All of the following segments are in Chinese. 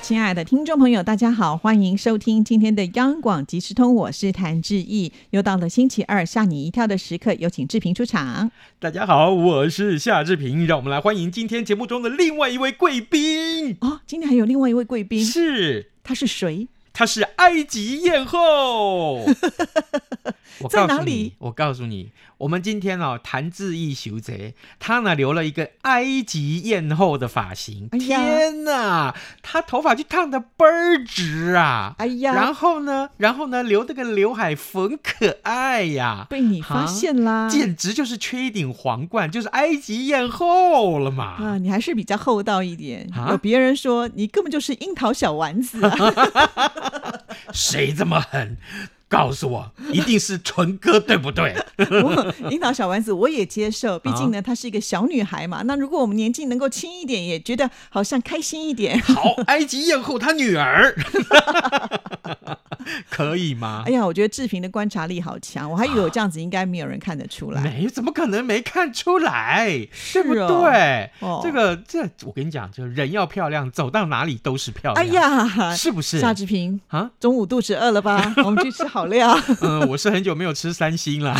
亲爱的听众朋友，大家好，欢迎收听今天的央广即时通，我是谭志毅。又到了星期二吓你一跳的时刻，有请志平出场。大家好，我是夏志平，让我们来欢迎今天节目中的另外一位贵宾，哦，今天还有另外一位贵宾，是他是谁？她是埃及 艳后。我告在诉哪你里？我告诉你，我们今天哦，谭志毅修贼，他呢留了一个埃及艳后的发型，哎呀天哪，他头发就烫的倍儿直啊！哎呀，然后呢，然后呢，留这个刘海粉可爱呀、被你发现啦！简直就是缺一顶皇冠，就是埃及艳后了嘛！啊，你还是比较厚道一点。啊有别人说你根本就是樱桃小丸子、 啊，谁这么狠？告诉我，一定是纯哥，对不对？我樱桃小丸子我也接啊受，毕竟呢她是一个小女孩嘛。那如果我们年纪能够轻一点，也觉得好像开心一点。好，埃及艳后她女儿， 可以吗哎？呀，我觉得志平的观察力好强，我还以为我这样子应该没有人看得出来。没，怎么可能没看出来？是哦对不对？哦这个这，我跟你讲，就人要漂亮，走到哪里都是漂哎亮。呀，是不是？夏志平，啊，中午肚子饿了 吧？我们去吃好料， 嗯、我是很久没有吃三星了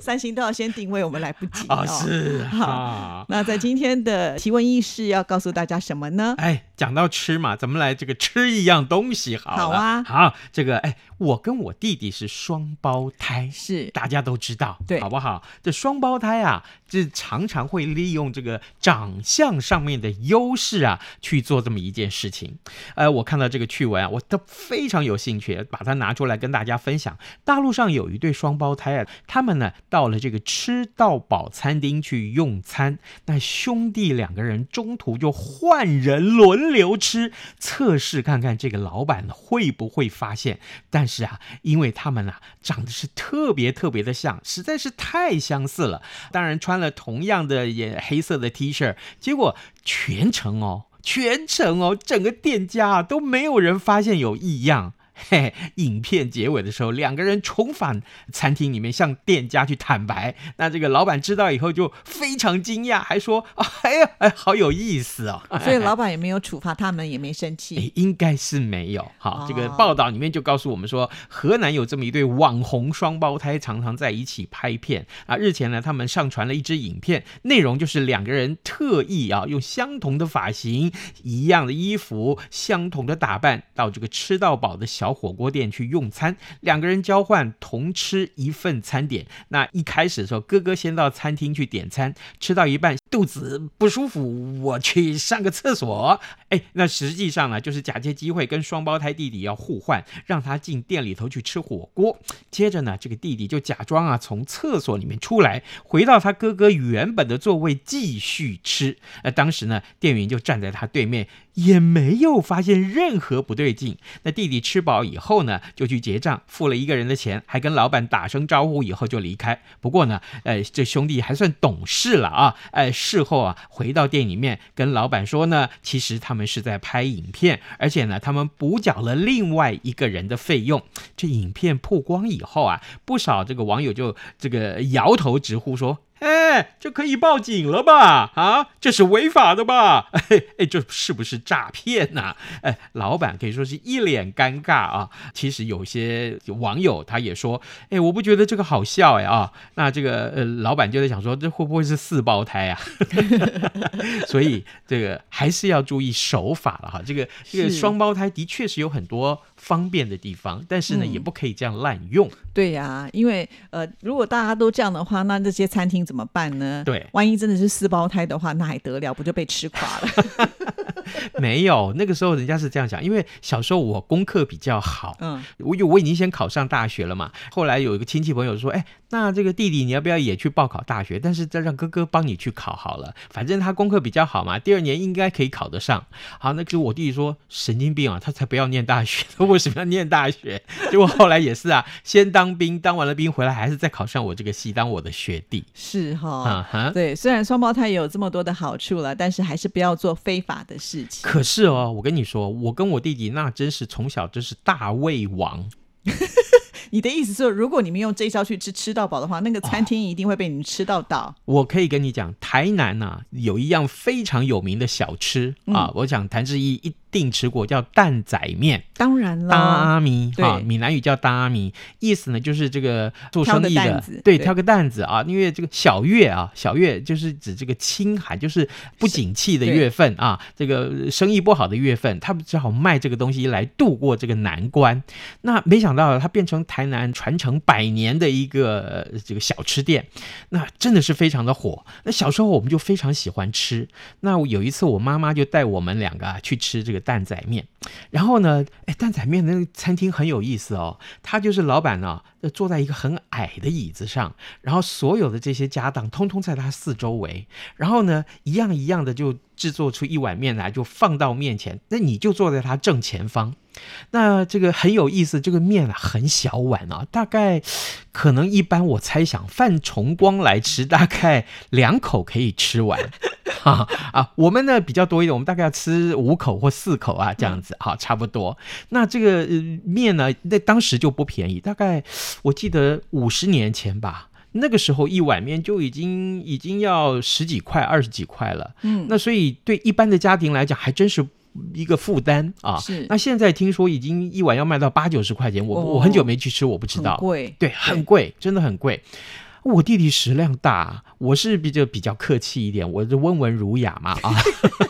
三星都要先定位，我们来不及啊，哦是啊。那在今天的提问意识要告诉大家什么呢？哎，讲到吃嘛，咱们来这个吃一样东西好了。好啊好，这个哎，我跟我弟弟是双胞胎，是大家都知道，对好不好？这双胞胎啊，这常常会利用这个长相上面的优势啊，去做这么一件事情。呃，我看到这个趣闻啊，我都非常有兴趣，把它拿出来跟大家分享。大陆上有一对双胞胎啊，他们呢到了这个吃到饱餐厅去用餐，那兄弟两个人中途就换人轮流吃，测试看看这个老板会不会发现。但是啊，因为他们啊长得是特别特别的像，实在是太相似了。当然穿了同样的也黑色的 T 恤，结果全程哦，全程哦，整个店家啊都没有人发现有异样。 嘿，影片结尾的时候，两个人重返餐厅里面向店家去坦白。那这个老板知道以后就非常惊讶，还说：“哎呀，哎，好有意思哦。”所以老板也没有处罚他们，也没生气。诶，应该是没有。好，这个哦报道里面就告诉我们说，河南有这么一对网红双胞胎，常常在一起拍片啊。日前呢，他们上传了一支影片，内容就是两个人特意啊，用相同的发型、一样的衣服、相同的打扮，到这个吃到饱的小火锅店去用餐。两个人交换同吃一份餐点。那一开始的时候，哥哥先到餐厅去点餐，吃到一半肚子不舒服，我去上个厕所。哎，那实际上呢，就是假借机会跟双胞胎弟弟要互换，让他进店里头去吃火锅。接着呢，这个弟弟就假装啊从厕所里面出来，回到他哥哥原本的座位继续吃。呃，当时呢，店员就站在他对面，也没有发现任何不对劲。那弟弟吃饱以后呢，就去结账，付了一个人的钱，还跟老板打声招呼，以后就离开。不过呢，呃，这兄弟还算懂事了啊，呃，事后啊，回到店里面跟老板说呢，其实他们是在拍影片，而且呢，他们补缴了另外一个人的费用。这影片曝光以后啊，不少这个网友就这个摇头直呼说。哎，这可以报警了吧？啊，这是违法的吧？ 哎，哎这是不是诈骗呐、 哎，老板可以说是一脸尴尬啊。其实有些网友他也说，哎，我不觉得这个好笑哎啊。那这个呃，老板就在想说，这会不会是四胞胎啊？ 所以这个还是要注意手法了哈。这个这个是双胞胎的确是有很多方便的地方，但是呢，嗯也不可以这样滥用。 对呀、因为呃，如果大家都这样的话，那这些餐厅怎么办呢？对万一真的是四胞胎的话，那还得了？不就被吃垮了？ 没有，那个时候人家是这样讲，因为小时候我功课比较好，嗯，我有我已经先考上大学了嘛，后来有一个亲戚朋友说，哎，那这个弟弟，你要不要也去报考大学？但是再让哥哥帮你去考好了，反正他功课比较好嘛，第二年应该可以考得上。好，那就我弟弟说神经病啊，他才不要念大学， 他为什么要念大学？结果后来也是啊，先当兵，当完了兵回来还是再考上我这个系，当我的学弟。是哈。啊哈。对，虽然双胞胎也有这么多的好处了，但是还是不要做非法的事情。可是哦，我跟你说，我跟我弟弟那真是从小真是大胃王，你的意思是，如果你们用这一招去吃吃到饱的话，那个餐厅一定会被你们吃到倒。我可以跟你讲，台南呐、啊有一样非常有名的小吃、嗯啊，我想谭志毅一定吃过，叫蛋仔面，当然搭啦，阿米哦对啊，闽南语叫搭阿米，意思呢就是这个做挑生个意担的子，对，对挑个担子啊，因为这个小月啊，小月就是指这个清寒，就是不景气的对月份啊，这个生意不好的月份，他们只好卖这个东西来度过这个难关。那没想到它变成台南传承百年的一个、呃这个小吃店，那真的是非常的火。那小时候我们就非常喜欢吃。那有一次我妈妈就带我们两个啊去吃这个蛋仔面，然后呢，哎，蛋仔面那个餐厅很有意思哦，他就是老板呢、呃坐在一个很矮的椅子上，然后所有的这些家当通通在他四周围，然后呢，一样一样的就制作出一碗面来，就放到面前，那你就坐在他正前方。那这个很有意思，这个面啊很小碗啊，大概可能一般我猜想范崇光来吃，大概两口可以吃完。 哈啊，我们呢比较多一点，我们大概要吃五口或四口啊，这样子好、差不多。那这个、呃面呢，那当时就不便宜，大概我记得五十年前吧，那个时候一碗面就已经已经要十几块、二十几块了。嗯，那所以对一般的家庭来讲，还真是。一个负担啊，是那现在听说已经一碗要卖到八九十块钱，我、哦我很久没去吃，我不知很道，贵。对，很贵，真的很贵。我弟弟食量大，啊我是比较比较客气一点，我是温文儒雅嘛啊，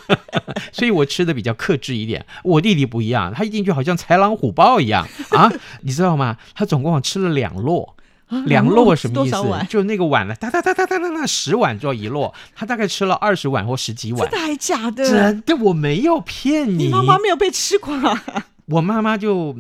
所以我吃的比较克制一点。我弟弟不一样，他一进去好像豺狼虎豹一样啊， 你知道吗？他总共吃了两 摞。啊两摞什么多意思少碗？？就那个碗了，哒哒哒哒哒哒哒，十碗就一摞，他大概吃了二十碗或十几碗真的。还假的？真的，我没有骗你妈妈没有被吃啊垮，我妈妈就，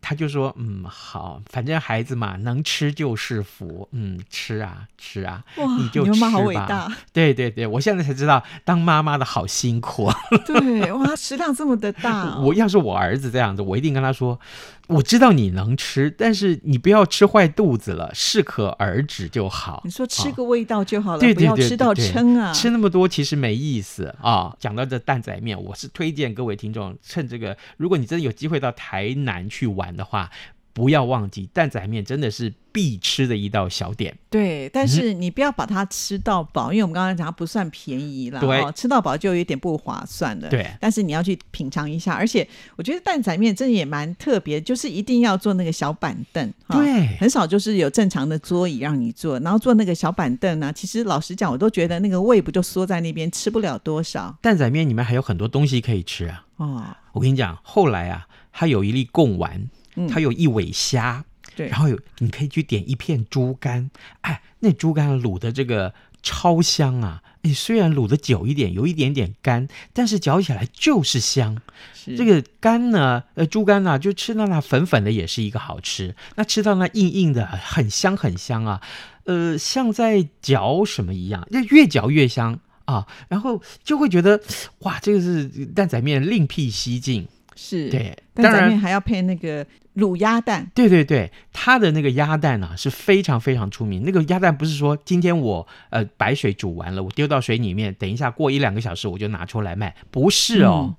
她就说，嗯，好，反正孩子嘛，能吃就是福，嗯，吃啊吃啊，哇！你就妈妈好吃伟吧 大，对对对，我现在才知道当妈妈的好辛苦 啊！对，哇，她食量这么的大哦，我要是我儿子这样子，我一定跟他说，我知道你能吃，但是你不要吃坏肚子了，适可而止就好。你说吃啊个味道就好了，对不对要对吃到对撑啊！吃那么多其实没意思啊。讲到这蛋仔面，我是推荐各位听众，趁这个，如果你真的有机会到台南去玩的话，不要忘记蛋仔面真的是必吃的一道小点。对，但嗯是你不要把它吃到饱，因为我们刚刚讲它不算便宜啦，对哦，吃到饱就有点不划算了。对但是你要去品尝一下，而且我觉得蛋仔面真的也蛮特别，就是一定要坐那个小板凳，哈对很少就是有正常的桌椅让你坐，然后坐那个小板凳呢、其实老实讲，我都觉得那个胃不就缩在那边，吃不了多少蛋仔面里面还有很多东西可以吃啊。哦。我跟你讲，后来啊，它有一粒贡丸嗯，它有一尾虾，对然后有你可以去点一片猪肝，哎，那猪肝卤的这个超香啊！哎，虽然卤的久一点，有一点点干，但是嚼起来就是香。是这个肝呢，呃，猪肝呢、就吃到那粉粉的也是一个好吃。那吃到那硬硬的，很香很香啊，呃，像在嚼什么一样，就越嚼越香啊。然后就会觉得，哇，这个是蛋仔面另辟蹊径。是，对，当蛋仔面然。还要配那个卤鸭蛋，对对对，它的那个鸭蛋啊是非常非常出名。那个鸭蛋不是说今天我呃白水煮完了，我丢到水里面，等一下过一两个小时我就拿出来卖，不是嗯哦。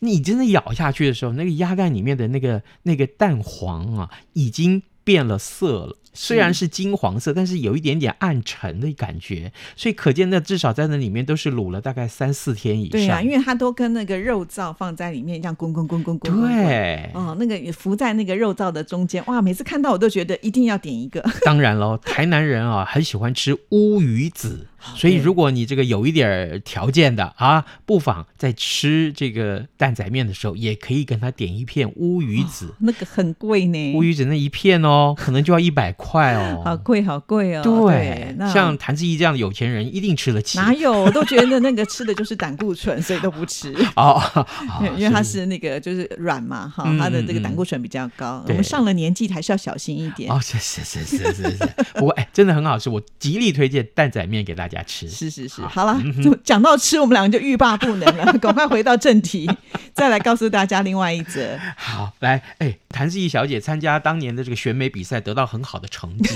你真的咬下去的时候，那个鸭蛋里面的那个那个蛋黄啊，已经变了色了。虽然是金黄色，但是有一点点暗沉的感觉，所以可见那至少在那里面都是卤了大概三四天以上。对呀、因为它都跟那个肉燥放在里面，这样滚滚滚滚滚滚滚对哦，那个也浮在那个肉燥的中间，哇！每次看到我都觉得一定要点一个。 当然喽，台南人啊很喜欢吃乌鱼子，所以对如果你这个有一点儿条件的啊，不妨在吃这个蛋仔面的时候，也可以跟他点一片乌鱼子。那个很贵呢。乌鱼子那一片哦，可能就要一百块哦，好贵好贵哦。对，那像谭志毅这样的有钱人一定吃得起。哪有？我都觉得那个吃的就是胆固醇，所以都不 吃。哦，哦 因为因为它是那个就是软嘛哈嗯，它的嗯这个胆嗯固醇比较高。我对们上了年纪还是要小心一点。哦，是是是是是是，不过哎，真的很好吃，我极力推荐蛋仔面给大家吃。是是是，好了，嗯就讲到吃，我们两个就欲罢不能了。赶快回到正题，再来告诉大家另外一则。好，来，哎，谭志毅小姐参加当年的这个选美比赛，得到很好的成 绩，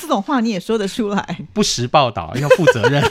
这种话你也说得出来？ 不实报道要负责任。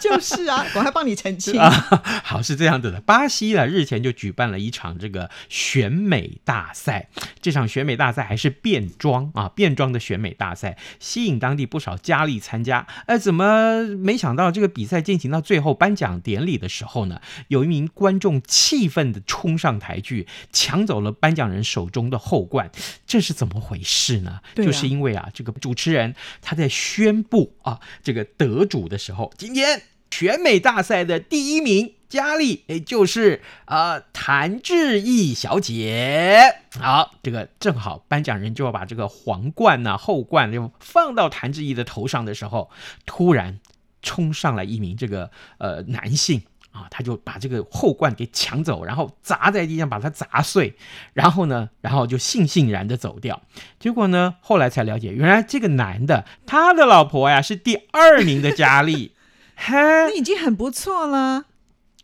就是啊，赶快帮你澄清。啊， 好是这样子的，巴西啊日前就举办了一场这个选美大赛，这场选美大赛还是变装啊，变装的选美大赛，吸引当地不少佳丽参加。哎，怎么没想到这个比赛进行到最后颁奖典礼的时候呢，有一名观众气愤的冲上台去，抢走了颁奖人手中的后冠，这是怎么回事呢？对啊就是因为啊，这个主持人他在宣布啊这个得主的时候，今天选美大赛的第一名佳丽，也就是呃谭志毅小姐。好，这个正好颁奖人就要把这个皇冠呐、后冠就放到谭志毅的头上的时候，突然冲上来一名这个呃男性。啊，他就把这个后冠给抢走，然后砸在地上，把它砸碎，然后呢，然后就悻悻然的走掉。结果呢，后来才了解，原来这个男的他的老婆呀是第二名的佳丽， 嘿，你已经很不错了。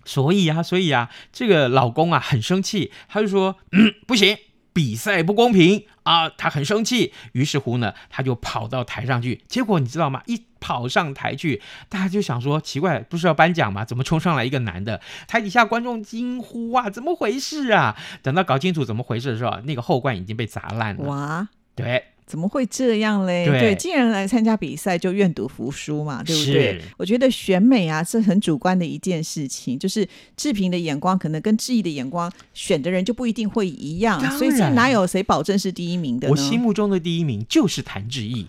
所以啊，所以啊，这个老公啊很生气，他就说，嗯，不行，比赛不公平啊，他很生气。于是乎呢，他就跑到台上去，结果你知道吗？一跑上台去，大家就想说，奇怪，不是要颁奖吗？怎么冲上来一个男的？台底下观众惊呼啊，怎么回事啊？等到搞清楚怎么回事的时候，啊那个后冠已经被砸烂了。哇，对，怎么会这样嘞？嗯对既然来参加比赛，就愿赌服输嘛，对不对是？我觉得选美啊是很主观的一件事情，就是志平的眼光可能跟志毅的眼光选的人就不一定会一样当，所以这然哪有谁保证是第一名的呢？嗯我心目中的第一名就是谭志毅。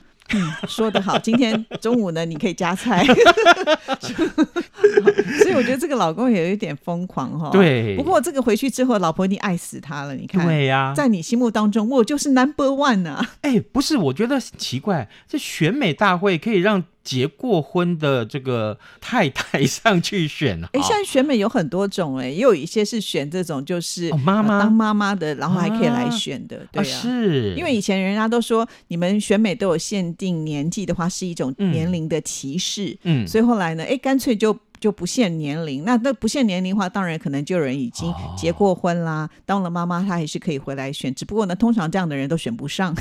说得好，今天中午呢，你可以加 菜。 所以我觉得这个老公也有一点疯狂哈、哦。对不过这个回去之后，老婆一定爱死他了。你看，对啊呀、在你心目当中，我就是 number one 啊。哎，不是，我觉得奇怪，这选美大会可以让结过婚的这个太太 上去选啊？哎，现在选美有很多种哎，也有一些是选这种就是、哦妈妈呃当妈妈的，然后还可以来选的，对啊呀、是，因为以前人家都说，你们选美都有限定年纪的话，是一种嗯年龄的歧视。嗯，所以后来呢，哎，干脆就就不限年龄。那那不限年龄的话，当然可能就有人已经哦结过婚啦，当了妈妈，她还是可以回来选。只不过呢，通常这样的人都选不上。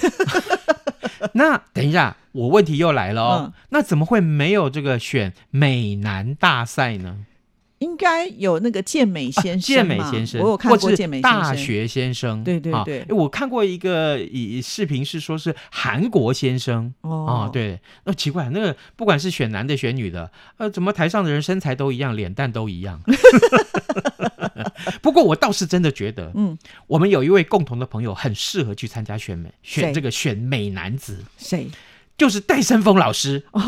那等一下，我问题又来了哦，嗯那怎么会没有这个选美男大赛呢？应该有那个健美先生、啊健美先生，我有看或过是健美先生，大学先生，对对啊对哎我看过一个以视频是说是韩国先生。哦哦，，对，那、奇怪，那个不管是选男的选女的，呃，怎么台上的人身材都一样，脸蛋都一样？ 不过我倒是真的觉得，嗯，我们有一位共同的朋友很适合去参加选美，选谁这个选美男子，谁？就是戴胜峰老师，哦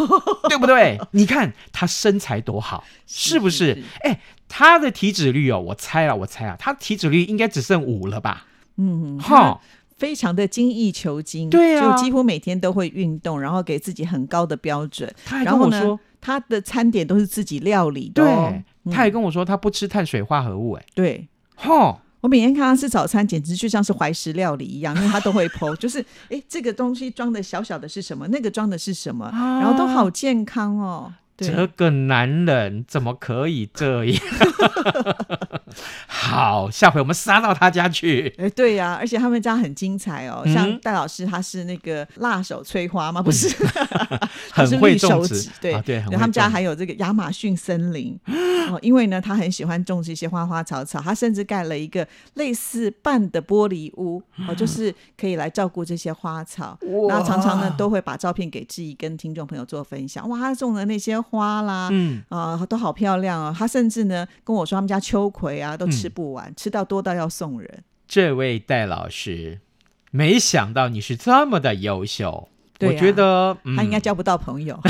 对不对？你看他身材多好， 是是不是是是？哎，他的体脂率哦，我猜啊，我猜啊，他体脂率应该只剩五了吧？嗯，哈、非常的精益求精，对啊就几乎每天都会运动，然后给自己很高的标准。他还然跟后我呢说，，他的餐点都是自己料理的对，哦、嗯他还跟我说他不吃碳水化合物、哎，对。哈、我每天看他吃早餐，简直就像是怀石料理一样，因为他都 会剖，就是诶，这个东西装的小小的是什么，那个装的是什么，啊然后都好健康哦。这对，个男人怎么可以这样？ 好，下回我们杀到他家去。哎，对呀、而且他们家很精彩哦，嗯像戴老师他是那个辣手摧花吗？不 是， 他很是会绿手种植指，对、啊对很会他们家种还有这个亚马逊森 林哦，因为呢，他很喜欢种植一些花花草草，他甚至盖了一个类似半的玻璃屋，哦，就是可以来照顾这些花草。然后常常呢都会把照片给志毅跟听众朋友做分享。哇，他种的那些花啦，嗯，啊、都好漂亮哦。他甚至呢跟我说，他们家秋葵啊嗯都吃不完，吃到多到要送人。这位戴老师，没想到你是这么的优秀。对啊我觉得、嗯 他应该交不到朋友。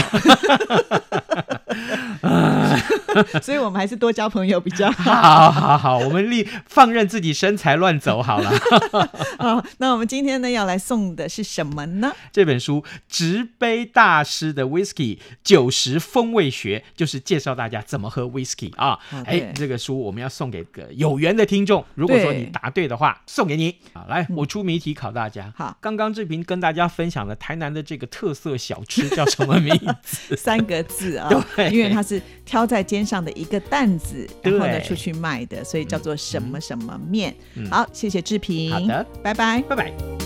所以我们还是多交朋友比 较好。好好好，我们立放任自己身材乱走好了。好，那我们今天呢要来送的是什么呢？这本书《直杯大师的 Whisky 九十风味学》，就是介绍大家怎么喝 Whisky 啊。啊哎、对这个书我们要送给个有缘的听众，如果说对嗯你答对的话，送给你。好，来，我出谜题考大家。好刚刚志平跟大家分享了台南的这个特色小吃叫什么名 字？三个字啊、 对因为它是挑在肩上的一个担子，然对后呢出去卖的，所以叫做什么什么面。嗯好，谢谢志平，好的，拜拜。拜拜。